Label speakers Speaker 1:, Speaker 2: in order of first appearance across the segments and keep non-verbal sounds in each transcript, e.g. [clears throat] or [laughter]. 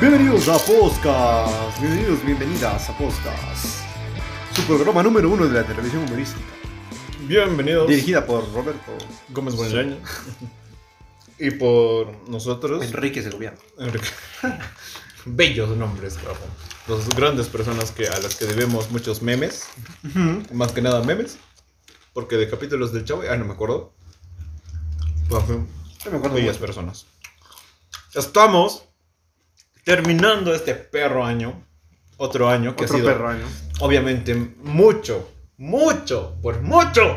Speaker 1: Bienvenidos a Podcast. Bienvenidos, bienvenidas a Podcast. Su programa número uno de la televisión humorística.
Speaker 2: Bienvenidos.
Speaker 1: Dirigida por Roberto
Speaker 2: Gómez Buendaño. [laughs] Y por nosotros,
Speaker 1: Enrique Segoviano.
Speaker 2: Enrique. [laughs] Bellos nombres, bravo. Dos grandes personas que, a las que debemos muchos memes. Más que nada memes. Porque de capítulos del Chavo, ah, no me acuerdo. Pues, fue-
Speaker 1: No me acuerdo
Speaker 2: Bellas
Speaker 1: mucho.
Speaker 2: personas. Estamos terminando este perro año. Otro año que
Speaker 1: Otro
Speaker 2: ha sido
Speaker 1: perro año.
Speaker 2: obviamente mucho, mucho, por mucho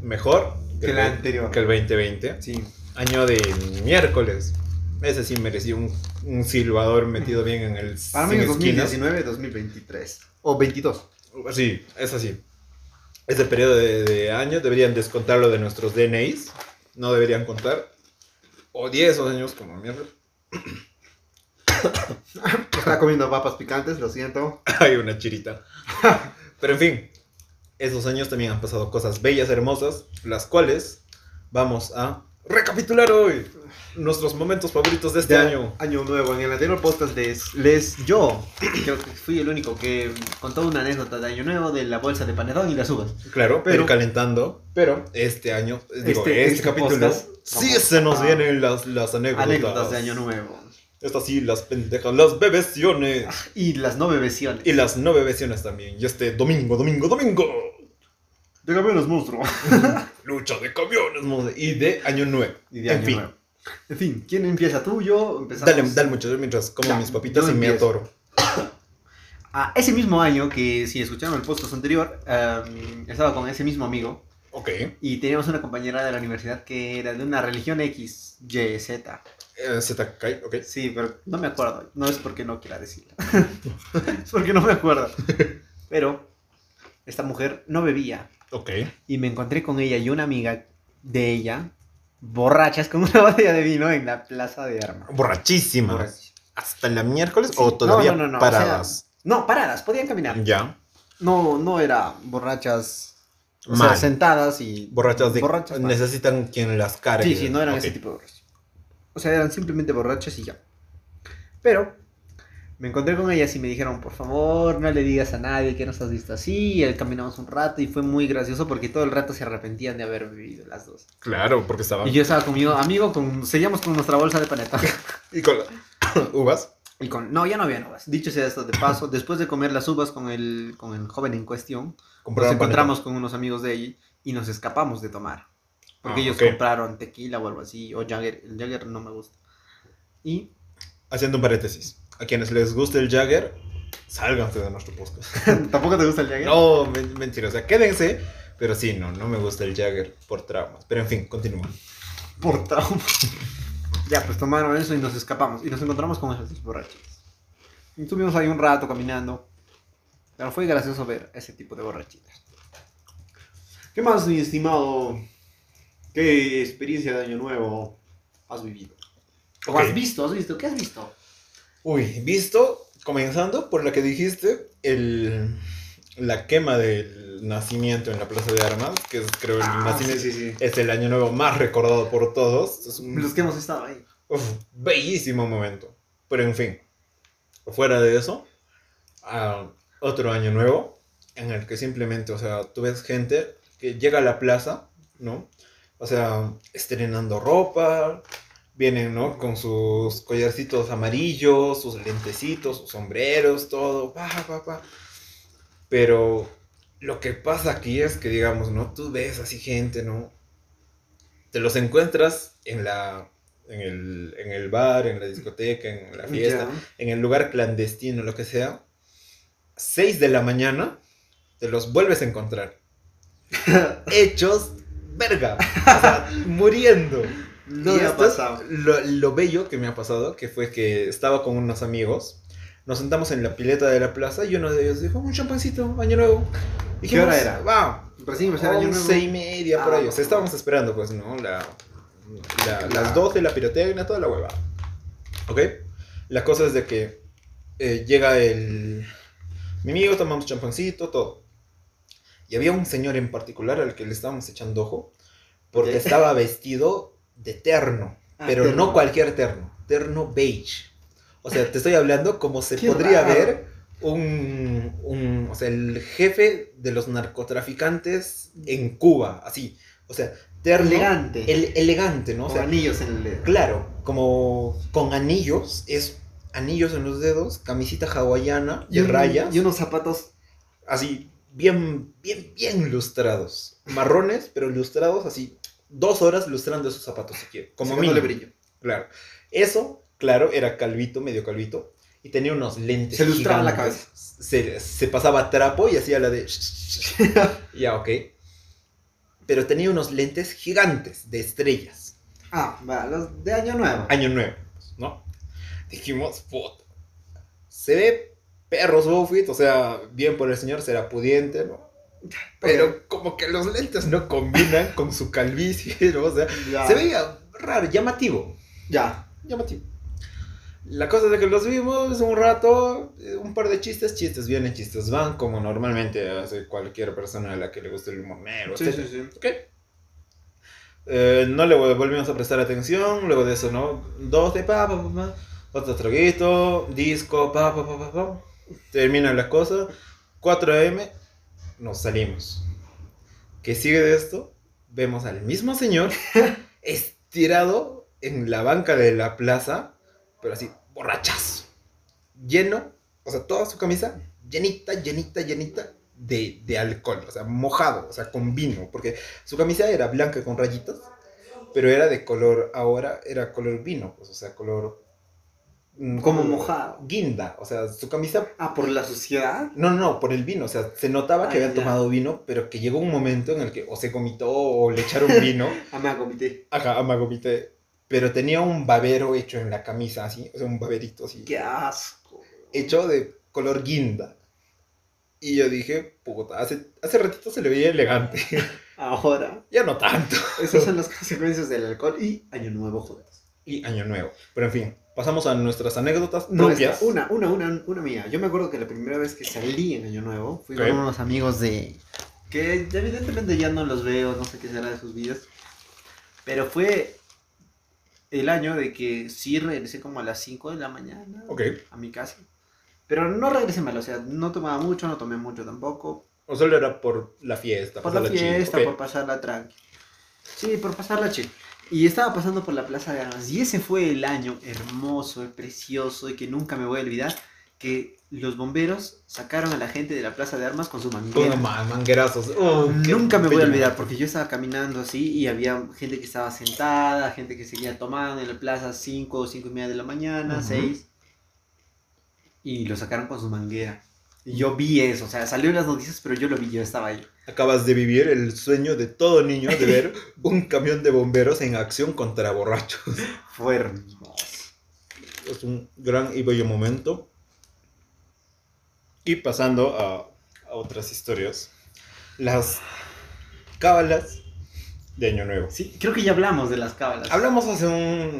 Speaker 2: mejor
Speaker 1: Que
Speaker 2: el
Speaker 1: la
Speaker 2: vein-
Speaker 1: anterior.
Speaker 2: Que el 2020.
Speaker 1: Sí.
Speaker 2: Año de miércoles. Ese sí mereció un, un silbador metido bien en el.
Speaker 1: Para mí
Speaker 2: sin
Speaker 1: es
Speaker 2: esquinas.
Speaker 1: 2019, 2023. O 22.
Speaker 2: Sí, es así. Ese periodo de, de año deberían descontarlo de nuestros DNIs. No deberían contar. O 10 años como mierda.
Speaker 1: Está comiendo papas picantes, lo siento.
Speaker 2: [laughs] Hay una chirita. Pero en fin, esos años también han pasado cosas bellas, hermosas, las cuales vamos a recapitular hoy. Nuestros momentos favoritos de este
Speaker 1: Ya,
Speaker 2: año.
Speaker 1: Año nuevo. En el anterior podcast les, les yo, [clears throat] creo que fui el único que contó una anécdota de año nuevo de la bolsa de panetón y las uvas.
Speaker 2: Claro,
Speaker 1: pero-
Speaker 2: pero calentando. Pero este año, eh, digo,
Speaker 1: Este-
Speaker 2: este,
Speaker 1: este
Speaker 2: capítulo,
Speaker 1: podcast,
Speaker 2: sí
Speaker 1: vamos
Speaker 2: se nos
Speaker 1: a-
Speaker 2: vienen las, las anécdotas.
Speaker 1: Anécdotas de año nuevo.
Speaker 2: Estas sí, las pendejas, las bebeciones.
Speaker 1: Y las no bebeciones.
Speaker 2: Y las no bebeciones también. Y este domingo, domingo, domingo.
Speaker 1: De camiones monstruo.
Speaker 2: Lucha de camiones. mode- Y de año nuevo.
Speaker 1: Y de año
Speaker 2: en fin,
Speaker 1: nuevo. En fin, ¿quién empieza tú? Yo empezamos.
Speaker 2: Dale, dale mucho mientras como
Speaker 1: Ya,
Speaker 2: mis papitas
Speaker 1: yo
Speaker 2: y me
Speaker 1: empiezo.
Speaker 2: atoro.
Speaker 1: Ah, ese mismo año que si escucharon el podcast anterior, em, estaba con ese mismo amigo
Speaker 2: Ok.
Speaker 1: y teníamos una compañera de la universidad que era de una religión X, Y, Z.
Speaker 2: Eh, Zetakai, ok.
Speaker 1: Sí, pero no me acuerdo. No es porque no quiera [laughs] decirla. es porque no me acuerdo. Pero esta mujer no bebía
Speaker 2: Ok.
Speaker 1: y me encontré con ella y una amiga de ella borrachas con una [laughs] botella de vino en la plaza de armas.
Speaker 2: Borrachísima. ¿Hasta la miércoles
Speaker 1: Sí.
Speaker 2: o todavía
Speaker 1: No, no, no, no,
Speaker 2: paradas?
Speaker 1: o sea, no, paradas, podían caminar.
Speaker 2: ya.
Speaker 1: No, no era borrachas. O sea,
Speaker 2: Mal.
Speaker 1: sentadas y.
Speaker 2: Borrachas de.
Speaker 1: borrachas, mal.
Speaker 2: necesitan quien las cargue.
Speaker 1: Sí, sí, no eran
Speaker 2: Ok.
Speaker 1: ese tipo de borrachas. O sea, eran simplemente borrachas y ya. Pero me encontré con ellas y me dijeron, por favor, no le digas a nadie que nos has visto así. Y ahí caminamos un rato y fue muy gracioso porque todo el rato se arrepentían de haber vivido las dos.
Speaker 2: Claro, porque estaba.
Speaker 1: Y yo estaba conmigo, amigo, con, seguíamos con nuestra bolsa de paneta.
Speaker 2: Y con [coughs] las uvas.
Speaker 1: [laughs] Y con, no, ya no había uvas. Dicho sea esto de paso, después de comer las uvas con el, con el joven en cuestión, nos
Speaker 2: compraban
Speaker 1: encontramos con unos amigos de allí y nos escapamos de tomar. Porque
Speaker 2: Ah,
Speaker 1: ellos
Speaker 2: ok.
Speaker 1: compraron tequila o algo así, o Jagger. El Jagger no me gusta.
Speaker 2: [laughs]
Speaker 1: Y
Speaker 2: panetón. Haciendo un paréntesis. A quienes les guste el Jagger, sálganse de nuestro podcast.
Speaker 1: tampoco te gusta el Jagger.
Speaker 2: no, men- [laughs] mentira. O sea, quédense. Pero sí, no, no me gusta el Jagger por traumas. Pero en fin, continúa.
Speaker 1: por trauma. [laughs] ya, pues tomaron eso y nos escapamos. Y nos encontramos con esos borrachos. Y estuvimos ahí un rato caminando. Pero fue gracioso ver ese tipo de borrachitas. ¿Qué más, mi estimado? ¿Qué experiencia de Año Nuevo has vivido? ¿O
Speaker 2: Ok.
Speaker 1: has visto? ¿Has visto? ¿Qué has visto?
Speaker 2: Uy, visto, comenzando por la que dijiste, el, la quema del nacimiento en la Plaza de Armas, que es creo el nacimiento,
Speaker 1: Ah, sí.
Speaker 2: es el año nuevo más recordado por todos. Es un
Speaker 1: Los que hemos estado ahí.
Speaker 2: uf, bellísimo momento. Pero en fin, fuera de eso, ah, otro año nuevo en el que simplemente, o sea, tú ves gente que llega a la plaza, ¿no? O sea, estrenando ropa, vienen, ¿no? Con sus collarcitos amarillos, sus lentecitos, sus sombreros, todo, pa, pa, pa. Pero lo que pasa aquí es que, digamos, ¿no? Tú ves así gente, ¿no? Te los encuentras en la... En el, en el bar, en la discoteca, en la fiesta, en el lugar clandestino, lo que sea, 6 de la mañana, te los vuelves a encontrar.
Speaker 1: [laughs]
Speaker 2: Hechos, verga. O sea,
Speaker 1: [laughs]
Speaker 2: muriendo.
Speaker 1: No
Speaker 2: Y
Speaker 1: le ha
Speaker 2: esto es
Speaker 1: pasado.
Speaker 2: Lo, lo bello que me ha pasado, que fue que estaba con unos amigos, nos sentamos en la pileta de la plaza y uno de ellos dijo, un champancito, año nuevo. Dijimos,
Speaker 1: hora era?
Speaker 2: Va,
Speaker 1: Recién empezó el Año Nuevo.
Speaker 2: once y media por
Speaker 1: Ah.
Speaker 2: ahí. O sea, estábamos esperando, pues, ¿no? La, la-
Speaker 1: Claro.
Speaker 2: Las 12, la pirotecnia, toda la hueva. ¿Ok? La cosa es de que eh, llega el... Mi amigo, tomamos champancito, todo. Y había un señor en particular al que le estábamos echando ojo, porque
Speaker 1: Ok.
Speaker 2: estaba vestido de terno,
Speaker 1: Ah,
Speaker 2: pero
Speaker 1: terno.
Speaker 2: no cualquier terno, terno beige. O sea, te estoy hablando como
Speaker 1: [laughs]
Speaker 2: se
Speaker 1: Qué
Speaker 2: podría
Speaker 1: raro.
Speaker 2: ver un, un- O sea, el jefe de los narcotraficantes en Cuba, así. O sea, terno,
Speaker 1: Elegante.
Speaker 2: el- elegante, ¿no? O
Speaker 1: Con
Speaker 2: sea,
Speaker 1: anillos en el dedo.
Speaker 2: Claro, como con anillos, es anillos en los dedos, camisita hawaiana de
Speaker 1: un-
Speaker 2: rayas,
Speaker 1: Y unos zapatos.
Speaker 2: así bien, bien, bien lustrados. Marrones, pero lustrados, así dos horas lustrando esos zapatos si quiere, Como
Speaker 1: no le
Speaker 2: mínimo.
Speaker 1: brillo. [laughs]
Speaker 2: Claro. Eso, claro, era calvito, medio calvito. Y tenía unos lentes.
Speaker 1: Se lustraba la
Speaker 2: gigantes. Se, se pasaba trapo y hacía la de. ya, ok. Pero tenía unos lentes gigantes de estrellas.
Speaker 1: Ah, va, los de año nuevo.
Speaker 2: Año nuevo, pues, ¿no? Dijimos, puta. Se ve perro su outfit, o sea, bien por el señor, será pudiente, ¿no?
Speaker 1: Pues,
Speaker 2: Pero como que los lentes no combinan con su calvicie, [laughs] ¿no? O sea,
Speaker 1: Ya.
Speaker 2: se veía raro, llamativo
Speaker 1: Ya.
Speaker 2: llamativo. La cosa es de que los vimos un rato, eh, un par de chistes, chistes vienen, chistes van, como normalmente hace cualquier persona a la que le guste el humor negro,
Speaker 1: Sí,
Speaker 2: etcétera.
Speaker 1: sí, sí.
Speaker 2: Ok. Eh, no le vol- volvimos a prestar atención, luego de eso, ¿no? Dos de pa, pa, pa, pa, otro traguito, disco, pa, pa, pa, pa, pa. Terminan las cosas, 4 a.m., nos salimos. ¿Qué sigue de esto? Vemos al
Speaker 1: [laughs]
Speaker 2: mismo señor estirado en la banca de la plaza, pero así, borrachazo. Lleno, o sea, toda su camisa llenita, llenita, llenita de, de alcohol, o sea, mojado, o sea, con vino, porque su camisa era blanca con rayitas, pero era de color, ahora era color vino, pues, o sea, color... mm,
Speaker 1: Como mojado.
Speaker 2: Guinda, o sea, su camisa
Speaker 1: Ah, por la suciedad.
Speaker 2: no, no, no, por el vino. O sea, se notaba
Speaker 1: Ah,
Speaker 2: que habían
Speaker 1: ya.
Speaker 2: tomado vino, pero que llegó un momento en el que o se comitó o
Speaker 1: [laughs]
Speaker 2: le echaron vino.
Speaker 1: Ah, me comité.
Speaker 2: Ajá, amagomite. Pero tenía un babero hecho en la camisa, así. O sea, un baberito así.
Speaker 1: Qué asco.
Speaker 2: Hecho de color guinda. Y yo dije, puta, hace, hace ratito se le veía elegante. [laughs]
Speaker 1: Ahora,
Speaker 2: ya no tanto.
Speaker 1: esas son las [laughs] consecuencias del alcohol y año nuevo, joder.
Speaker 2: Y año nuevo. Pero en fin, pasamos a nuestras anécdotas
Speaker 1: No,
Speaker 2: propias.
Speaker 1: Una, una, una, una mía. Yo me acuerdo que la primera vez que salí en Año Nuevo, fui
Speaker 2: Ok.
Speaker 1: con unos amigos de... Que ya evidentemente ya no los veo, no sé qué será de sus vidas. Pero fue el año de que sí regresé como a las 5 de la mañana
Speaker 2: Ok.
Speaker 1: a mi casa. Pero no regresé mal, o sea, no tomaba mucho, no tomé mucho tampoco.
Speaker 2: O solo era por la fiesta.
Speaker 1: Por la
Speaker 2: pasarla chill.
Speaker 1: fiesta,
Speaker 2: Ok.
Speaker 1: por pasarla tranqui. Sí, por pasarla chill. Y estaba pasando por la Plaza de Armas. Y ese fue el año hermoso, y precioso y que nunca me voy a olvidar. Que los bomberos sacaron a la gente de la Plaza de Armas con su
Speaker 2: Con
Speaker 1: manguera.
Speaker 2: los ma- manguerazos. Oh, qué
Speaker 1: Nunca me voy a
Speaker 2: bello.
Speaker 1: olvidar porque yo estaba caminando así y había gente que estaba sentada, gente que seguía tomando en la plaza 5 o 5 y media de la mañana,
Speaker 2: Ujú.
Speaker 1: 6. Y lo sacaron con su manguera. Y yo vi eso, o sea, salió en las noticias, pero yo lo vi, yo estaba ahí.
Speaker 2: Acabas de vivir el sueño de todo niño de ver un camión de bomberos en acción contra borrachos.
Speaker 1: Fue hermoso.
Speaker 2: Es un gran y bello momento. Y pasando a, a otras historias. Las cábalas de Año Nuevo.
Speaker 1: Sí, creo que ya hablamos de las cábalas.
Speaker 2: Hablamos hace un,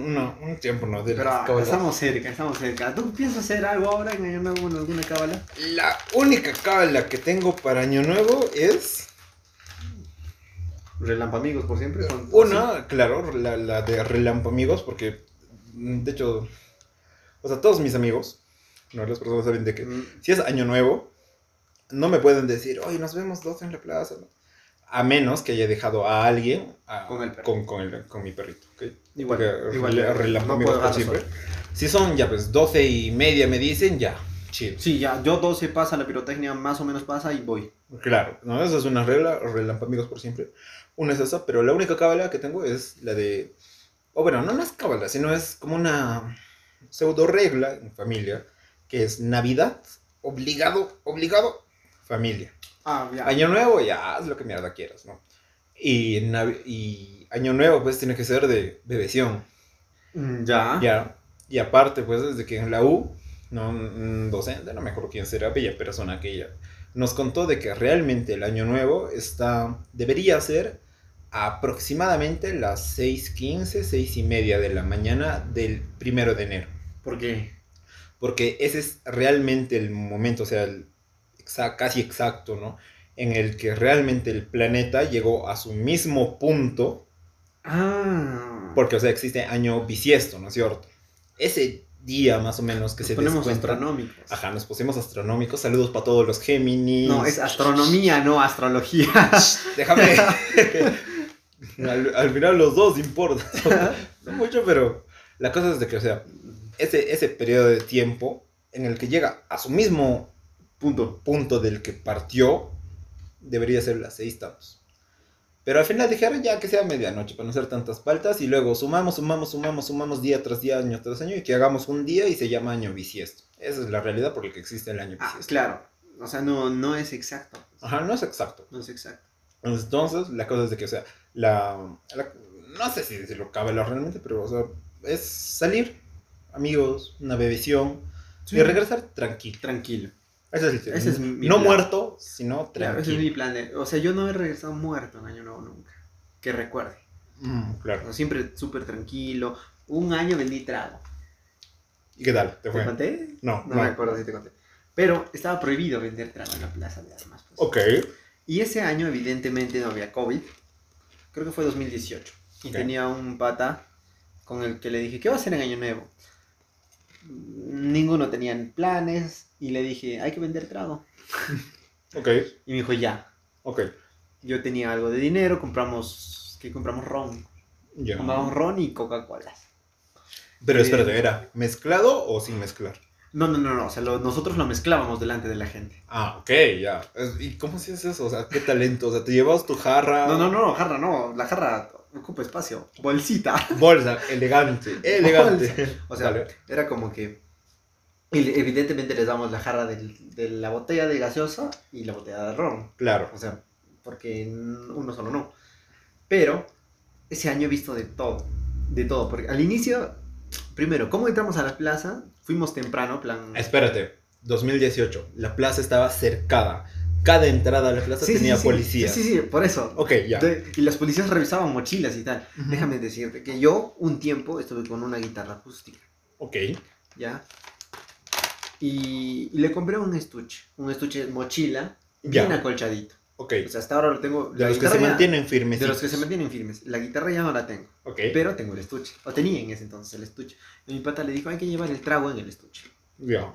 Speaker 2: una- un tiempo, ¿no? De
Speaker 1: Pero
Speaker 2: las
Speaker 1: ah,
Speaker 2: cábalas.
Speaker 1: estamos cerca, estamos cerca. ¿Tú piensas hacer algo ahora en Año Nuevo en alguna cábala?
Speaker 2: La única cábala que tengo para Año Nuevo es...
Speaker 1: Relampamigos por siempre. con-
Speaker 2: Una, claro, la, la de Relampo Amigos, porque mm, de hecho, o sea, todos mis amigos, no las personas saben de
Speaker 1: sí.
Speaker 2: que si es año nuevo, no me pueden decir, oye, nos vemos dos en la plaza, ¿no? a menos que haya dejado a alguien a-
Speaker 1: Con el perro.
Speaker 2: con, con el- con mi perrito, ¿ok?
Speaker 1: Igual,
Speaker 2: Porque
Speaker 1: igual.
Speaker 2: Rela- Relampo
Speaker 1: no
Speaker 2: Amigos
Speaker 1: puedo
Speaker 2: por
Speaker 1: dejarlo
Speaker 2: siempre.
Speaker 1: solo.
Speaker 2: Si son ya pues 12 y media me dicen, ya, chill.
Speaker 1: Sí, ya, yo 12 pasa, la pirotecnia más o menos pasa y voy.
Speaker 2: Claro, no, esa es una regla, relampa amigos por siempre. Una es esa, pero la única cábala que tengo es la de. O bueno, no, no es cábala, sino es como una pseudo regla en familia, que es Navidad, obligado, obligado, familia.
Speaker 1: Ah, ya.
Speaker 2: Año Nuevo, ya haz lo que mierda quieras, ¿no? Y, Navi- y Año Nuevo, pues tiene que ser de bebeción.
Speaker 1: Mm, Ya.
Speaker 2: Ya. Y aparte, pues, desde que en la U, ¿no? un docente, no me acuerdo quién será, bella persona aquella, nos contó de que realmente el año nuevo está, debería ser aproximadamente las 6.15, 6 y media de la mañana del primero de enero.
Speaker 1: ¿Por qué?
Speaker 2: Porque ese es realmente el momento, o sea, el exa- casi exacto, ¿no? En el que realmente el planeta llegó a su mismo punto
Speaker 1: Ah.
Speaker 2: Ah. porque, o sea, existe año bisiesto, ¿no es cierto? Ese día más o menos que
Speaker 1: Nos
Speaker 2: se
Speaker 1: ponemos
Speaker 2: descuentan.
Speaker 1: astronómicos.
Speaker 2: Ajá, nos pusimos astronómicos. Saludos para todos los Géminis.
Speaker 1: No, es astronomía, no
Speaker 2: [laughs]
Speaker 1: astrología. [laughs]
Speaker 2: Déjame. al, al final los
Speaker 1: [laughs]
Speaker 2: dos importan. No mucho, pero la cosa es de que, o sea, ese, ese periodo de tiempo en el que llega a su mismo punto, punto del que partió, debería ser las seis tantos. Pero al final dijeron ya que sea medianoche para no hacer tantas faltas y luego sumamos, sumamos, sumamos, sumamos día tras día, año tras año y que hagamos un día y se llama año bisiesto. Esa es la realidad por la que existe el año
Speaker 1: Ah,
Speaker 2: bisiesto.
Speaker 1: claro. O sea, no, no es exacto.
Speaker 2: Ajá, no es exacto.
Speaker 1: No es exacto.
Speaker 2: Entonces, la cosa es de que, o sea, la, la- no sé si decirlo cabelo realmente, pero, o sea, es salir, amigos, una bebición y regresar tranquilo.
Speaker 1: Tranquilo.
Speaker 2: Ese es el
Speaker 1: Ese es mi
Speaker 2: No
Speaker 1: plan.
Speaker 2: muerto, sino
Speaker 1: Claro,
Speaker 2: tranquilo.
Speaker 1: ese es mi plan. de- O sea, yo no he regresado muerto en Año Nuevo nunca. Que recuerde.
Speaker 2: Mm,
Speaker 1: O
Speaker 2: claro.
Speaker 1: sea, siempre súper tranquilo. Un año vendí trago.
Speaker 2: ¿Y qué tal? ¿Te
Speaker 1: ¿Te
Speaker 2: fue?
Speaker 1: conté?
Speaker 2: No,
Speaker 1: No
Speaker 2: no.
Speaker 1: me acuerdo si te conté. Pero estaba prohibido vender trago en la plaza de armas. pues.
Speaker 2: Ok.
Speaker 1: Y ese año, evidentemente, no había COVID. Creo que fue 2018. Y
Speaker 2: Ok.
Speaker 1: tenía un pata con el que le dije, ¿qué va a hacer en Año Nuevo? Ninguno tenían planes. Y le dije, hay que vender trago.
Speaker 2: Ok.
Speaker 1: Y me dijo, ya.
Speaker 2: Ok.
Speaker 1: Yo tenía algo de dinero, compramos. ¿Qué compramos? Ron.
Speaker 2: Ya.
Speaker 1: Compramos ron y Coca-Cola.
Speaker 2: Pero
Speaker 1: Eh,
Speaker 2: espérate, ¿era mezclado o sin mezclar?
Speaker 1: No, no, no, no. O sea, lo- nosotros lo mezclábamos delante de la gente.
Speaker 2: Ah, ok, ya. Es- ¿Y cómo hacías eso? O sea, qué talento. O sea, te llevabas tu jarra.
Speaker 1: No, no, no, jarra, no. La jarra ocupa espacio. Bolsita.
Speaker 2: Bolsa, elegante, elegante.
Speaker 1: [laughs] O sea,
Speaker 2: Vale.
Speaker 1: era como que. y evidentemente les damos la jarra del- de la botella de gaseosa y la botella de ron.
Speaker 2: Claro.
Speaker 1: O sea, porque n- uno solo no. Pero ese año he visto de todo. De todo. Porque al inicio, primero, ¿cómo entramos a la plaza? Fuimos temprano, plan.
Speaker 2: Espérate, 2018, la plaza estaba cercada. Cada entrada a la plaza
Speaker 1: Sí, sí,
Speaker 2: tenía
Speaker 1: sí,
Speaker 2: policías.
Speaker 1: Sí, sí, sí, por eso.
Speaker 2: Ok, ya.
Speaker 1: De- y las policías revisaban mochilas y tal.
Speaker 2: Ujú.
Speaker 1: Déjame decirte que yo un tiempo estuve con una guitarra acústica,
Speaker 2: Ok,
Speaker 1: ¿ya? Y, y le compré un estuche, un estuche mochila,
Speaker 2: Ya.
Speaker 1: bien acolchadito.
Speaker 2: ok.
Speaker 1: O sea, hasta ahora lo tengo...
Speaker 2: De
Speaker 1: la
Speaker 2: los que
Speaker 1: guitarra
Speaker 2: se
Speaker 1: ya-
Speaker 2: mantienen firmes.
Speaker 1: De los que se mantienen firmes. La guitarra ya no la tengo,
Speaker 2: Ok,
Speaker 1: pero tengo el estuche. O tenía en ese entonces el estuche. Y mi pata le dijo, hay que llevar el trago en el estuche.
Speaker 2: ya,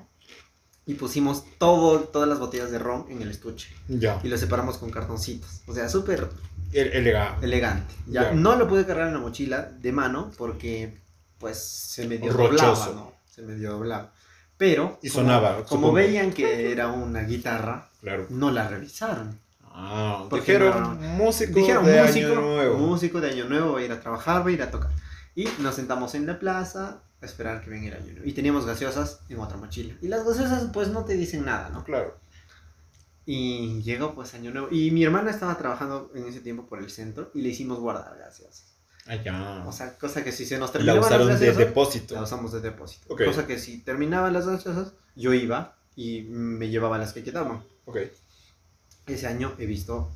Speaker 1: Y pusimos todo, todas las botellas de ron en el estuche.
Speaker 2: ya.
Speaker 1: Y lo separamos con cartoncitos. O sea, súper
Speaker 2: El- elegante.
Speaker 1: elegante. Ya,
Speaker 2: Ya.
Speaker 1: no lo pude cargar en la mochila de mano porque pues se medio
Speaker 2: Rochoso.
Speaker 1: doblaba, ¿no? Se medio doblaba. Pero
Speaker 2: Y
Speaker 1: como-
Speaker 2: sonaba,
Speaker 1: como,
Speaker 2: supongo.
Speaker 1: veían que era una guitarra,
Speaker 2: Claro.
Speaker 1: no la revisaron.
Speaker 2: Ah,
Speaker 1: Porque
Speaker 2: dijeron
Speaker 1: no,
Speaker 2: músico
Speaker 1: Dijeron,
Speaker 2: de
Speaker 1: músico,
Speaker 2: año nuevo.
Speaker 1: músico de año nuevo va a ir a trabajar, va a ir a tocar. Y nos sentamos en la plaza a esperar que venga el año nuevo. Y teníamos gaseosas en otra mochila. Y las gaseosas pues no te dicen nada, ¿no?
Speaker 2: Ah, Claro.
Speaker 1: Y llegó pues año nuevo. Y mi hermana estaba trabajando en ese tiempo por el centro y le hicimos guardar gaseosas.
Speaker 2: Allá.
Speaker 1: O sea, cosa que si se nos
Speaker 2: Ah, la
Speaker 1: terminaban
Speaker 2: usaron
Speaker 1: las
Speaker 2: de
Speaker 1: gaseosas,
Speaker 2: depósito.
Speaker 1: la usamos de depósito.
Speaker 2: Ok.
Speaker 1: Cosa que si terminaban las gaseosas, yo iba y me llevaba las que quedaban.
Speaker 2: Ok.
Speaker 1: Ese año he visto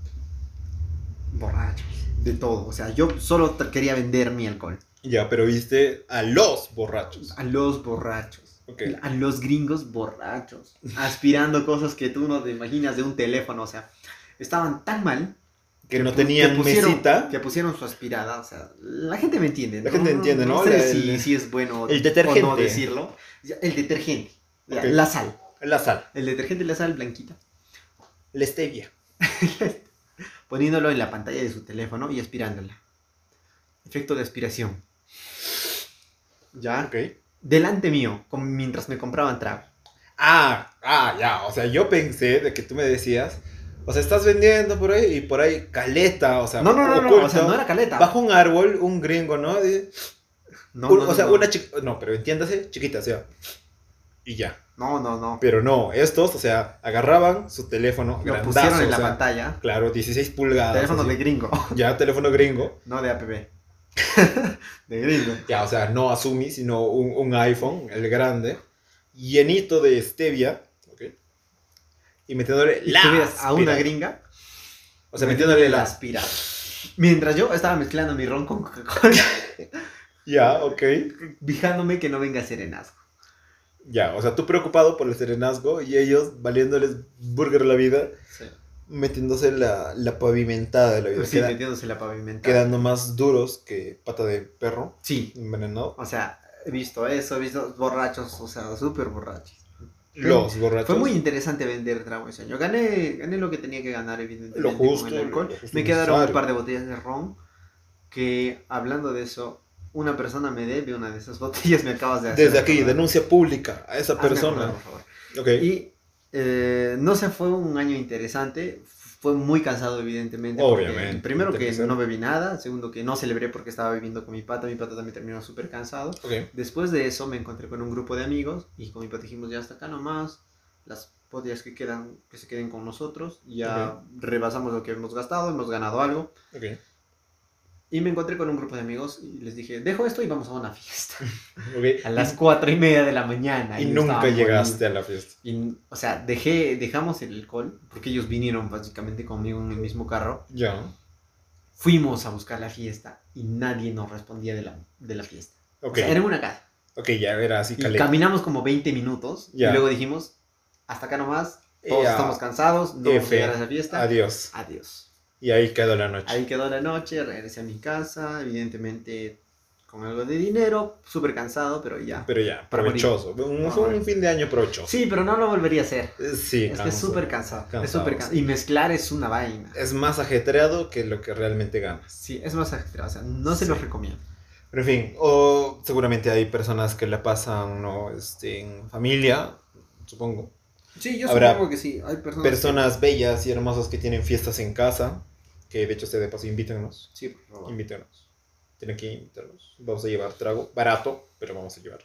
Speaker 1: borrachos, de todo. O sea, yo solo t- quería vender mi alcohol
Speaker 2: Ya, pero viste a los borrachos.
Speaker 1: a los borrachos.
Speaker 2: Ok.
Speaker 1: A los gringos borrachos, aspirando cosas que tú no te imaginas de un teléfono, o sea, estaban tan mal
Speaker 2: Que no tenían
Speaker 1: pusieron,
Speaker 2: mesita.
Speaker 1: que pusieron su aspirada, o sea, la gente me entiende.
Speaker 2: La gente entiende, ¿no?
Speaker 1: sé
Speaker 2: La-
Speaker 1: si,
Speaker 2: el-
Speaker 1: si es bueno
Speaker 2: el
Speaker 1: o no
Speaker 2: detergente.
Speaker 1: decirlo. Ya, El detergente, ya,
Speaker 2: Ok.
Speaker 1: la sal,
Speaker 2: La sal.
Speaker 1: el detergente, la sal blanquita,
Speaker 2: La stevia.
Speaker 1: poniéndolo en la pantalla de su teléfono y aspirándola. Efecto de aspiración. Ya,
Speaker 2: Ok.
Speaker 1: delante mío, con- mientras me compraban trago.
Speaker 2: Ah, ah, ya. O sea, yo pensé de que tú me decías, o sea, estás vendiendo por ahí y por ahí caleta, o sea,
Speaker 1: No, no, no, no,
Speaker 2: oculto,
Speaker 1: o sea, no era caleta.
Speaker 2: bajo un árbol, un gringo, ¿no? De-
Speaker 1: no,
Speaker 2: un-
Speaker 1: no,
Speaker 2: o sea,
Speaker 1: no, no.
Speaker 2: una chica, no, pero entiéndase, chiquita, o sea, y ya.
Speaker 1: No, no, no.
Speaker 2: Pero no, estos, o sea, agarraban su teléfono
Speaker 1: Lo
Speaker 2: grandazo,
Speaker 1: pusieron en
Speaker 2: o
Speaker 1: la
Speaker 2: sea,
Speaker 1: pantalla.
Speaker 2: claro, 16 pulgadas,
Speaker 1: Teléfono
Speaker 2: así,
Speaker 1: de gringo, [laughs]
Speaker 2: ya teléfono gringo,
Speaker 1: no de
Speaker 2: [laughs]
Speaker 1: APB. de gringo.
Speaker 2: ya, o sea, no Asumi, sino un, un iPhone, el grande, llenito de stevia, ¿ok? Y metiéndole
Speaker 1: Y
Speaker 2: la
Speaker 1: tú veas a una
Speaker 2: aspirada.
Speaker 1: gringa
Speaker 2: O sea, metiéndole
Speaker 1: la
Speaker 2: la
Speaker 1: aspirada. Mientras yo estaba mezclando mi ron con Coca-Cola, [laughs]
Speaker 2: Ya, ok.
Speaker 1: fijándome que no venga serenazgo.
Speaker 2: Ya, o sea, tú preocupado por el serenazgo y ellos valiéndoles burger la vida,
Speaker 1: Sí,
Speaker 2: metiéndose la, la pavimentada de la vida. Queda-
Speaker 1: metiéndose la pavimentada.
Speaker 2: quedando más duros que pata de perro
Speaker 1: Sí,
Speaker 2: envenenado.
Speaker 1: o sea, He visto eso, he visto borrachos, o sea, súper borrachos.
Speaker 2: Los borrachos.
Speaker 1: Fue muy interesante vender trago ese año. Gané, gané lo que tenía que ganar, evidentemente.
Speaker 2: Lo justo,
Speaker 1: con el alcohol.
Speaker 2: lo justo
Speaker 1: me quedaron un
Speaker 2: necesario.
Speaker 1: par de botellas de ron. Que hablando de eso, una persona me debe una de esas botellas. Me acabas de hacer.
Speaker 2: Desde aquí,
Speaker 1: acordar.
Speaker 2: denuncia pública a esa
Speaker 1: Hazme
Speaker 2: persona.
Speaker 1: acordar, por favor.
Speaker 2: Ok.
Speaker 1: Y eh, no se fue un año interesante. Fue muy cansado, evidentemente. porque,
Speaker 2: Obviamente,
Speaker 1: primero que
Speaker 2: tiene que ser.
Speaker 1: no bebí nada. Segundo que no celebré porque estaba viviendo con mi pata. Mi pata también terminó súper cansado.
Speaker 2: ok.
Speaker 1: Después de eso me encontré con un grupo de amigos y con mi papá dijimos ya hasta acá nomás, las botellas que quedan, que se queden con nosotros, ya rebasamos lo que hemos gastado, hemos ganado algo.
Speaker 2: ok.
Speaker 1: Y me encontré con un grupo de amigos y les dije, dejo esto y vamos a una fiesta. [laughs]
Speaker 2: ok.
Speaker 1: A las cuatro y media de la mañana.
Speaker 2: Y
Speaker 1: yo
Speaker 2: nunca
Speaker 1: estaba
Speaker 2: llegaste a la fiesta.
Speaker 1: molido. Y, o sea, dejé, dejamos el alcohol, porque ellos vinieron básicamente conmigo en el mismo carro.
Speaker 2: Ya.
Speaker 1: Fuimos a buscar la fiesta y nadie nos respondía de la, de la fiesta. O
Speaker 2: Ok.
Speaker 1: sea, era una casa.
Speaker 2: Ok, ya era así
Speaker 1: Y
Speaker 2: caleta.
Speaker 1: caminamos como 20 minutos
Speaker 2: Ya.
Speaker 1: y luego dijimos, hasta acá nomás, todos
Speaker 2: Ea,
Speaker 1: estamos cansados, no vamos a
Speaker 2: F,
Speaker 1: llegar a esa fiesta. Adiós.
Speaker 2: Adiós. Y ahí quedó la noche.
Speaker 1: Ahí quedó la noche, regresé a mi casa, evidentemente con algo de dinero, súper cansado, pero ya.
Speaker 2: Pero ya, provechoso. Un,
Speaker 1: Ah,
Speaker 2: fue
Speaker 1: bueno.
Speaker 2: un fin de año provechoso.
Speaker 1: Sí, pero no lo volvería a hacer.
Speaker 2: Eh, Sí,
Speaker 1: Es que es
Speaker 2: cansa.
Speaker 1: súper cansado. Es
Speaker 2: Cansado,
Speaker 1: súper cansado. Y mezclar es una vaina.
Speaker 2: Es más ajetreado que lo que realmente ganas.
Speaker 1: Sí, es más ajetreado, o sea, no se
Speaker 2: Sí.
Speaker 1: los recomiendo.
Speaker 2: Pero en fin, o seguramente hay personas que la pasan ¿no? este, en familia, supongo.
Speaker 1: Sí, yo
Speaker 2: Habrá
Speaker 1: supongo que Ah, sí, hay personas...
Speaker 2: Personas bellas y hermosas que tienen fiestas en casa, que de hecho se de paso invítennos,
Speaker 1: Sí, por favor.
Speaker 2: invítennos. Tienen que invitarnos. Vamos a llevar trago, barato, pero vamos a llevar.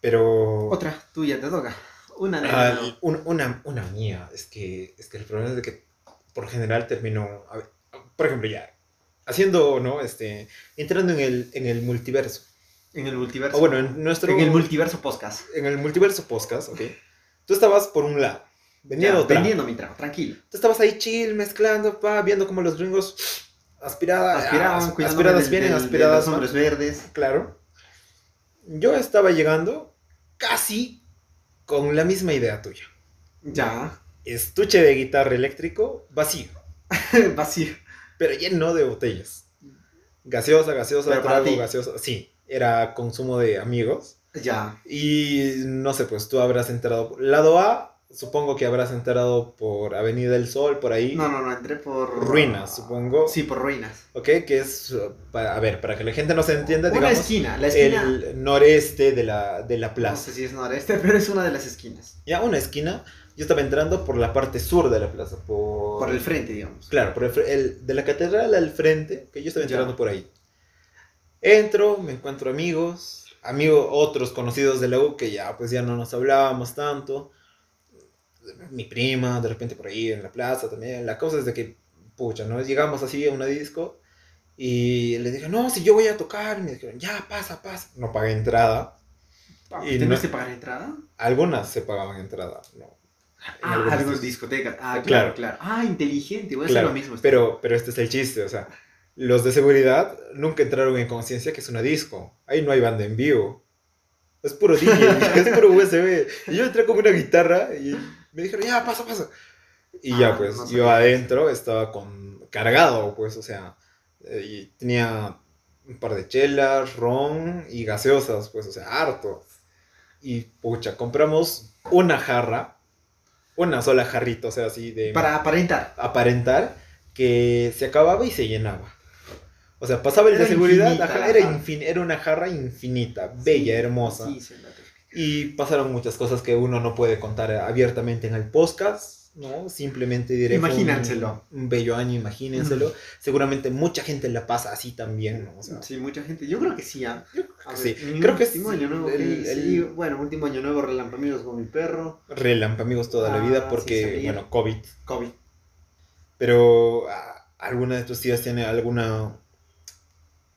Speaker 2: Pero...
Speaker 1: Otra, tuya, te toca. Una de
Speaker 2: Ah,
Speaker 1: cada uno.
Speaker 2: un- una, una mía, es que, es que el problema es de que por general termino, a ver, por ejemplo, ya, haciendo, ¿no? Este, entrando en el, en el multiverso.
Speaker 1: En el multiverso.
Speaker 2: O Ah, bueno, en nuestro...
Speaker 1: en el multiverso podcast.
Speaker 2: en el multiverso podcast, ¿ok? Tú estabas por un lado, vendiendo
Speaker 1: Ya,
Speaker 2: otra.
Speaker 1: vendiendo mi trago, tranquilo.
Speaker 2: Tú estabas ahí chill, mezclando, pa, viendo cómo los gringos aspiraban,
Speaker 1: Aspiraban,
Speaker 2: as-
Speaker 1: cuidándome
Speaker 2: Ah, aspiradas
Speaker 1: del-
Speaker 2: vienen,
Speaker 1: del- de
Speaker 2: aspiradas
Speaker 1: los
Speaker 2: van.
Speaker 1: hombres verdes.
Speaker 2: Claro. Yo estaba llegando casi con la misma idea tuya.
Speaker 1: Ya. [laughs]
Speaker 2: Estuche de guitarra eléctrico vacío,
Speaker 1: Vacío.
Speaker 2: pero lleno de botellas. Gaseosa, gaseosa,
Speaker 1: Pero para
Speaker 2: trago,
Speaker 1: ti.
Speaker 2: gaseosa. Sí, era consumo de amigos.
Speaker 1: Ya.
Speaker 2: Y no sé, pues tú habrás entrado. Lado A, supongo que habrás entrado por Avenida del Sol, por ahí.
Speaker 1: No, no, no, entré por.
Speaker 2: Ruinas, supongo.
Speaker 1: Sí, por ruinas.
Speaker 2: Ok, que es. uh, pa- a ver, para que la gente no se entienda,
Speaker 1: Una
Speaker 2: digamos.
Speaker 1: esquina, la esquina.
Speaker 2: El noreste de la, de la
Speaker 1: No
Speaker 2: plaza.
Speaker 1: sé si es noreste, [laughs] pero es una de las esquinas.
Speaker 2: Ya, una esquina. Yo estaba entrando por la parte sur de la plaza. Por,
Speaker 1: Por el frente, digamos.
Speaker 2: Claro, por el, fr- el- de la catedral al frente, que yo estaba
Speaker 1: Ya.
Speaker 2: entrando por ahí. Entro, me encuentro amigos, amigos, otros conocidos de la U que ya pues ya no nos hablábamos tanto. Mi prima, de repente por ahí en la plaza también. La cosa es de que, pucha, ¿no? Llegamos así a una disco y les dije, no, si yo voy a tocar. Y me dijeron, ya, pasa, pasa. No pagué entrada. Y
Speaker 1: ¿Tenés
Speaker 2: no-
Speaker 1: que pagar entrada?
Speaker 2: Algunas se pagaban entrada, no. En
Speaker 1: Ah,
Speaker 2: algunas
Speaker 1: algunas
Speaker 2: discos.
Speaker 1: discotecas. Ah, claro, claro.
Speaker 2: Claro.
Speaker 1: Ah, inteligente, voy a
Speaker 2: Claro,
Speaker 1: hacer lo mismo.
Speaker 2: Pero, pero este es el chiste, o sea, los de seguridad nunca entraron en conciencia que es una disco. Ahí no hay banda en vivo. Es
Speaker 1: [laughs]
Speaker 2: puro DJ, es puro USB. Y yo entré con una guitarra y me dijeron, ya, pasa, pasa. Y
Speaker 1: Ah,
Speaker 2: ya, pues,
Speaker 1: no
Speaker 2: yo
Speaker 1: sabía
Speaker 2: adentro estaba con, cargado, pues, o sea, eh, y tenía un par de chelas, ron y gaseosas, pues, o sea, harto. Y, pucha, compramos una jarra, una sola jarrita, o sea, así de
Speaker 1: Para aparentar.
Speaker 2: aparentar que se acababa y se llenaba. O sea, pasaba el de
Speaker 1: Era
Speaker 2: seguridad,
Speaker 1: infinita
Speaker 2: ajá,
Speaker 1: la
Speaker 2: era,
Speaker 1: jarra.
Speaker 2: infin- era una jarra infinita, bella, hermosa.
Speaker 1: Sí, sí, la tengo.
Speaker 2: Y pasaron muchas cosas que uno no puede contar abiertamente en el podcast, ¿no? Simplemente diré. fue un-
Speaker 1: Imagínenselo.
Speaker 2: Un, bello año, imagínenselo. Seguramente mucha gente la pasa así también, ¿no? O sea,
Speaker 1: Sí, mucha gente. Yo creo que sí, ¿ah? A
Speaker 2: sí.
Speaker 1: ver, mi
Speaker 2: Creo que
Speaker 1: último
Speaker 2: sí,
Speaker 1: año nuevo,
Speaker 2: el-
Speaker 1: sí,
Speaker 2: el-
Speaker 1: sí, bueno, último año nuevo, relampamientos con mi perro,
Speaker 2: relampa, amigos, toda
Speaker 1: Ah,
Speaker 2: la
Speaker 1: sí,
Speaker 2: vida porque,
Speaker 1: sabía.
Speaker 2: bueno, COVID.
Speaker 1: COVID.
Speaker 2: Pero, ah, ¿alguna de tus tías tiene alguna.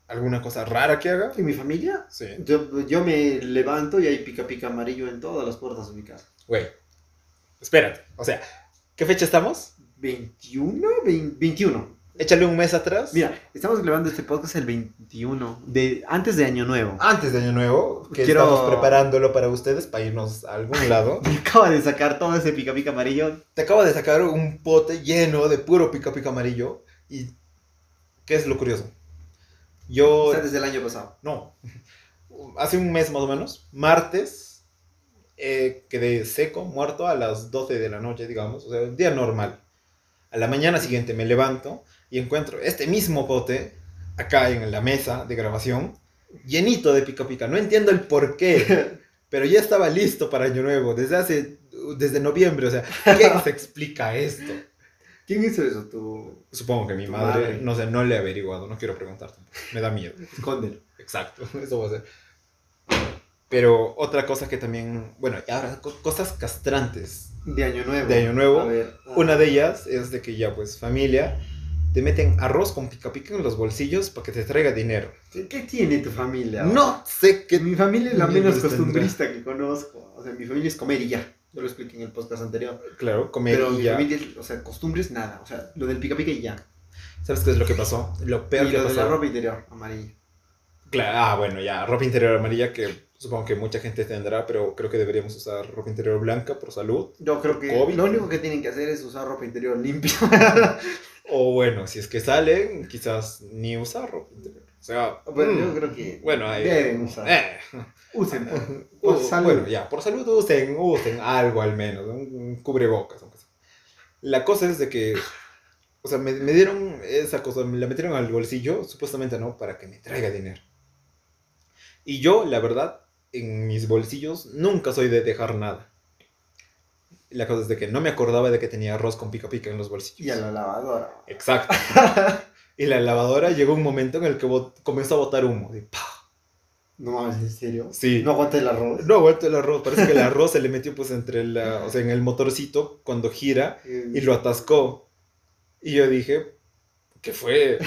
Speaker 2: alguna cosa rara que haga?
Speaker 1: ¿Y mi familia?
Speaker 2: Sí.
Speaker 1: Yo, yo me levanto y hay pica pica amarillo en todas las puertas de mi casa.
Speaker 2: Güey, espérate. O sea, ¿qué fecha estamos?
Speaker 1: ¿21? Vein- 21.
Speaker 2: Échale un mes atrás.
Speaker 1: Mira, estamos grabando este podcast el 21, de, antes de Año Nuevo.
Speaker 2: antes de Año Nuevo, que
Speaker 1: Quiero-
Speaker 2: estamos preparándolo para ustedes, para irnos a algún lado.
Speaker 1: Me [laughs] acaba de sacar todo ese pica pica amarillo.
Speaker 2: [laughs] Te acabo de sacar un pote lleno de puro pica pica amarillo. ¿Y qué es lo curioso? Yo.
Speaker 1: desde el año pasado.
Speaker 2: No. hace un mes más o menos, martes, eh, quedé seco, muerto a las 12 de la noche, digamos, o sea, un día normal. A la mañana siguiente me levanto y encuentro este mismo pote acá en la mesa de grabación, llenito de pica pica. No entiendo el
Speaker 1: [laughs]
Speaker 2: por qué, pero ya estaba listo para Año Nuevo desde hace, desde noviembre, o sea, ¿qué se explica esto?
Speaker 1: ¿Quién hizo eso? Tú.
Speaker 2: Supongo que mi
Speaker 1: Tu
Speaker 2: madre,
Speaker 1: madre.
Speaker 2: no sé, no le he averiguado, no quiero preguntarte, me da miedo.
Speaker 1: Escóndelo.
Speaker 2: Exacto, [laughs] eso va a ser. Pero otra cosa que también, bueno, ya ahora co- cosas castrantes.
Speaker 1: De Año Nuevo.
Speaker 2: De Año Nuevo.
Speaker 1: A ver. ah,
Speaker 2: Una de ellas es de que ya pues familia te meten arroz con pica pica en los bolsillos para que te traiga dinero.
Speaker 1: ¿Qué, qué tiene tu familia?
Speaker 2: No sé
Speaker 1: Que
Speaker 2: qué...
Speaker 1: mi familia es la
Speaker 2: Mierda
Speaker 1: menos
Speaker 2: está
Speaker 1: costumbrista que conozco. O sea, mi familia es comer y ya. Yo lo expliqué en el podcast anterior.
Speaker 2: Claro, comer
Speaker 1: Pero
Speaker 2: y
Speaker 1: mi
Speaker 2: ya.
Speaker 1: familia, es- o sea, costumbres nada. O sea, lo del pica pica y ya.
Speaker 2: ¿Sabes qué es lo que pasó? Lo peor
Speaker 1: Y
Speaker 2: que
Speaker 1: lo de la
Speaker 2: pasó.
Speaker 1: ropa interior amarilla.
Speaker 2: Cla- ah, bueno, ya, ropa interior amarilla que supongo que mucha gente tendrá, pero creo que deberíamos usar ropa interior blanca por salud.
Speaker 1: Yo creo que
Speaker 2: COVID.
Speaker 1: lo único que tienen que hacer es usar ropa interior limpia. [laughs]
Speaker 2: O bueno, si es que salen, quizás ni usar ropa interior. O sea,
Speaker 1: bueno,
Speaker 2: mm,
Speaker 1: yo creo que
Speaker 2: bueno, ahí-
Speaker 1: deben usar.
Speaker 2: eh,
Speaker 1: Usen. pues. por-
Speaker 2: [laughs] u-
Speaker 1: por salud.
Speaker 2: Bueno, ya, por salud usen, usen algo al menos, un, un cubrebocas. aunque sea. La cosa es de que, o sea, me, me dieron esa cosa, me la metieron al bolsillo, supuestamente no, para que me traiga dinero. Y yo, la verdad, en mis bolsillos nunca soy de dejar nada. La cosa es de que no me acordaba de que tenía arroz con pica pica en los bolsillos.
Speaker 1: Y a la lavadora. [laughs]
Speaker 2: Exacto. y la lavadora llegó un momento en el que bot- comenzó a botar humo. de pa.
Speaker 1: No mames, en serio.
Speaker 2: Sí.
Speaker 1: No aguanté el arroz.
Speaker 2: No, vuelto el arroz. Parece que el arroz se le metió pues entre la, o sea, en el motorcito cuando gira y lo atascó. Y yo dije, ¿qué fue?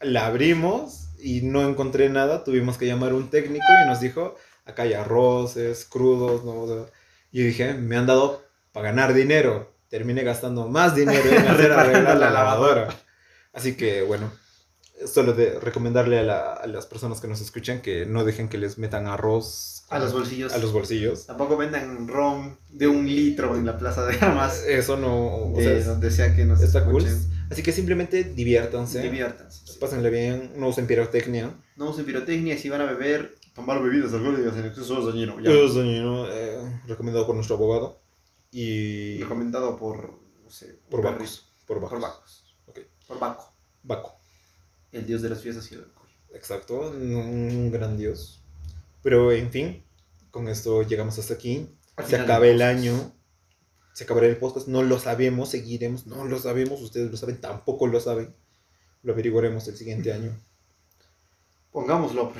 Speaker 2: La abrimos y no encontré nada. Tuvimos que llamar a un técnico y nos dijo, acá hay arroces crudos, no. O sea, y yo dije, me han dado para ganar dinero. Terminé gastando más dinero en hacer arreglar la lavadora. Así que bueno, solo de recomendarle a, la- a las personas que nos escuchan que no dejen que les metan arroz
Speaker 1: A los bolsillos.
Speaker 2: a los bolsillos.
Speaker 1: Tampoco vendan ron de un litro en la plaza de armas.
Speaker 2: Eso no... o
Speaker 1: De
Speaker 2: sea,
Speaker 1: donde sea que nos
Speaker 2: está cool.
Speaker 1: escuchen.
Speaker 2: Así que simplemente diviértanse.
Speaker 1: Diviértanse. sí.
Speaker 2: Pásenle bien, no usen pirotecnia.
Speaker 1: No usen pirotecnia. Si van a beber, tomar bebidas alcohólicas en exceso es dañino. Ya.
Speaker 2: Es dañino, eh, recomendado por nuestro abogado. Y
Speaker 1: Recomendado por. No sé.
Speaker 2: por
Speaker 1: Barry.
Speaker 2: Bacos. Por Bacos.
Speaker 1: Por Bacos.
Speaker 2: Ok.
Speaker 1: Por Baco.
Speaker 2: Baco,
Speaker 1: El dios de las fiestas y del alcohol.
Speaker 2: exacto. Un un gran dios. Pero en fin, con esto llegamos hasta aquí.
Speaker 1: Al
Speaker 2: Se
Speaker 1: final
Speaker 2: acaba
Speaker 1: del
Speaker 2: el
Speaker 1: podcast.
Speaker 2: año. Se acabará el podcast. No lo sabemos, seguiremos. No lo sabemos. Ustedes lo saben, tampoco lo saben. Lo averiguaremos el siguiente año.
Speaker 1: Pongámoslo.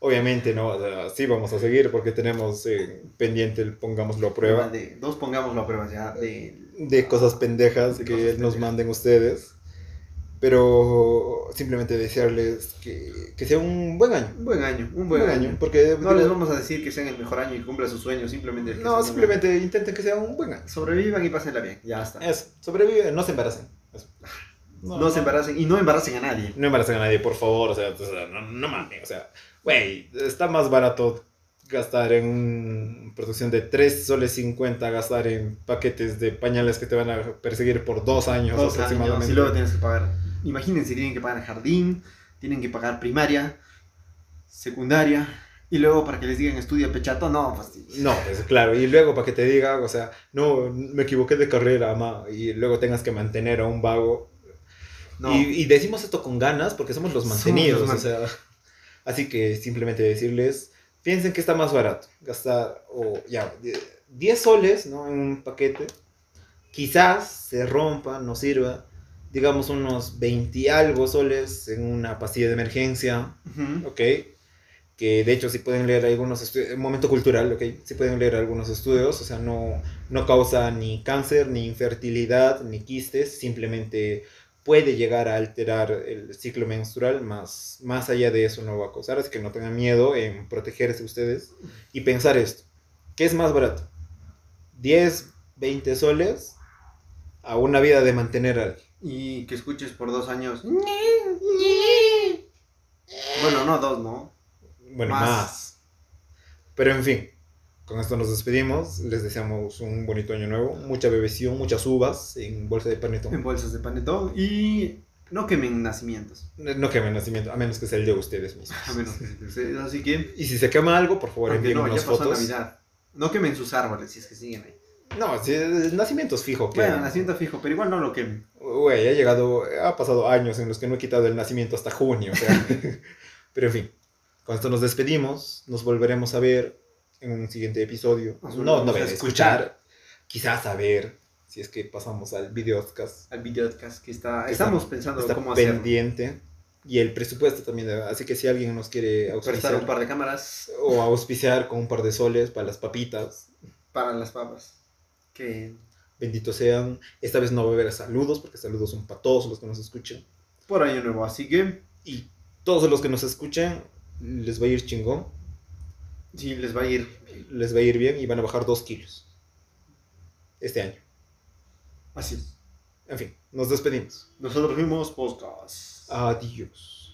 Speaker 2: Obviamente, no, o sea, sí vamos a seguir porque tenemos eh, pendiente el pongámoslo a prueba.
Speaker 1: De, dos pongámoslo a prueba ya. De,
Speaker 2: de cosas pendejas
Speaker 1: De
Speaker 2: que
Speaker 1: cosas
Speaker 2: nos
Speaker 1: pendejas.
Speaker 2: manden ustedes. Pero simplemente desearles que, que sea un buen año.
Speaker 1: Un buen año. Un buen, año.
Speaker 2: Porque
Speaker 1: No
Speaker 2: digo,
Speaker 1: les vamos a decir que sean el mejor año y cumplan sus sueños. Simplemente. que
Speaker 2: no,
Speaker 1: sea un
Speaker 2: simplemente intenten que sea un buen
Speaker 1: buen-
Speaker 2: año.
Speaker 1: Sobrevivan y pásenla bien. Ya está.
Speaker 2: Eso, sobreviven, no se embaracen. Eso.
Speaker 1: No, se embaracen y no embaracen a nadie.
Speaker 2: No embaracen a nadie, por favor. O sea, o sea, no, no mames. O sea, güey, está más barato gastar en producción de 3 soles 50, gastar en paquetes de pañales que te van a perseguir por dos años
Speaker 1: Dos
Speaker 2: aproximadamente.
Speaker 1: años, y luego tienes que pagar. Imagínense, tienen que pagar jardín, tienen que pagar primaria, secundaria, y luego para que les digan estudia pechato, no, fastidio.
Speaker 2: No, pues claro, y luego para que te diga, o sea, no, me equivoqué de carrera, ma, y luego tengas que mantener a un vago.
Speaker 1: No.
Speaker 2: Y, y decimos esto con ganas porque somos los
Speaker 1: Somos
Speaker 2: mantenidos,
Speaker 1: los
Speaker 2: o sea. [laughs] Así que simplemente decirles, piensen que está más barato gastar, o ya, de- 10 soles, ¿no? En un paquete, quizás se rompa, no sirva, digamos unos 20 y algo soles en una pastilla de emergencia,
Speaker 1: Ujú.
Speaker 2: ¿ok? Que de hecho si pueden leer algunos estudios, momento cultural, ¿ok? Si pueden leer algunos estudios, o sea, no, no causa ni cáncer, ni infertilidad, ni quistes, simplemente puede llegar a alterar el ciclo menstrual, más, más allá de eso no va a causar, así que no tengan miedo en protegerse ustedes y pensar esto, ¿qué es más barato? 10, 20 soles a una vida de mantener a alguien.
Speaker 1: Y que escuches por dos años. Bueno, no dos, ¿no?
Speaker 2: Bueno,
Speaker 1: Más.
Speaker 2: más. Pero en fin, con esto nos despedimos. Les deseamos un bonito año nuevo. Mucha bebeción, muchas uvas en bolsa de
Speaker 1: En
Speaker 2: panetón.
Speaker 1: bolsas de panetón. Y No quemen nacimientos.
Speaker 2: No quemen nacimiento, a menos que sea el de ustedes mismos.
Speaker 1: A menos que se- Así que.
Speaker 2: Y si se quema algo, por favor,
Speaker 1: Aunque no,
Speaker 2: envíennos
Speaker 1: ya pasó
Speaker 2: fotos.
Speaker 1: Navidad. No quemen sus árboles si es que siguen ahí.
Speaker 2: No, si, nacimientos fijo. que-
Speaker 1: Bueno, nacimiento fijo, pero igual no lo quemen.
Speaker 2: Güey, ha llegado, ha pasado años en los que no he quitado el nacimiento hasta junio,
Speaker 1: [laughs]
Speaker 2: o sea. Pero en fin, con esto nos despedimos, nos volveremos a ver en un siguiente episodio.
Speaker 1: Nos
Speaker 2: No,
Speaker 1: volveremos
Speaker 2: no
Speaker 1: a
Speaker 2: ver,
Speaker 1: escuchar.
Speaker 2: escuchar, quizás a ver, si es que pasamos al videocast.
Speaker 1: Al videocast que está.
Speaker 2: Que
Speaker 1: Estamos pensando
Speaker 2: Está
Speaker 1: cómo hacerlo.
Speaker 2: pendiente. Y el presupuesto también, así que si alguien nos quiere
Speaker 1: Prestar un
Speaker 2: auspiciar
Speaker 1: par de cámaras
Speaker 2: o auspiciar con un par de soles para las papitas,
Speaker 1: para las papas. Que
Speaker 2: bendito sean. Esta vez no va a haber saludos, porque saludos son para todos los que nos escuchan.
Speaker 1: por año nuevo. Así que
Speaker 2: Y todos los que nos escuchan, les va a ir chingón,
Speaker 1: sí, les va a ir.
Speaker 2: les va a ir bien y van a bajar dos kilos este año.
Speaker 1: Así es.
Speaker 2: En fin, nos despedimos.
Speaker 1: Nosotros fuimos podcast.
Speaker 2: Adiós.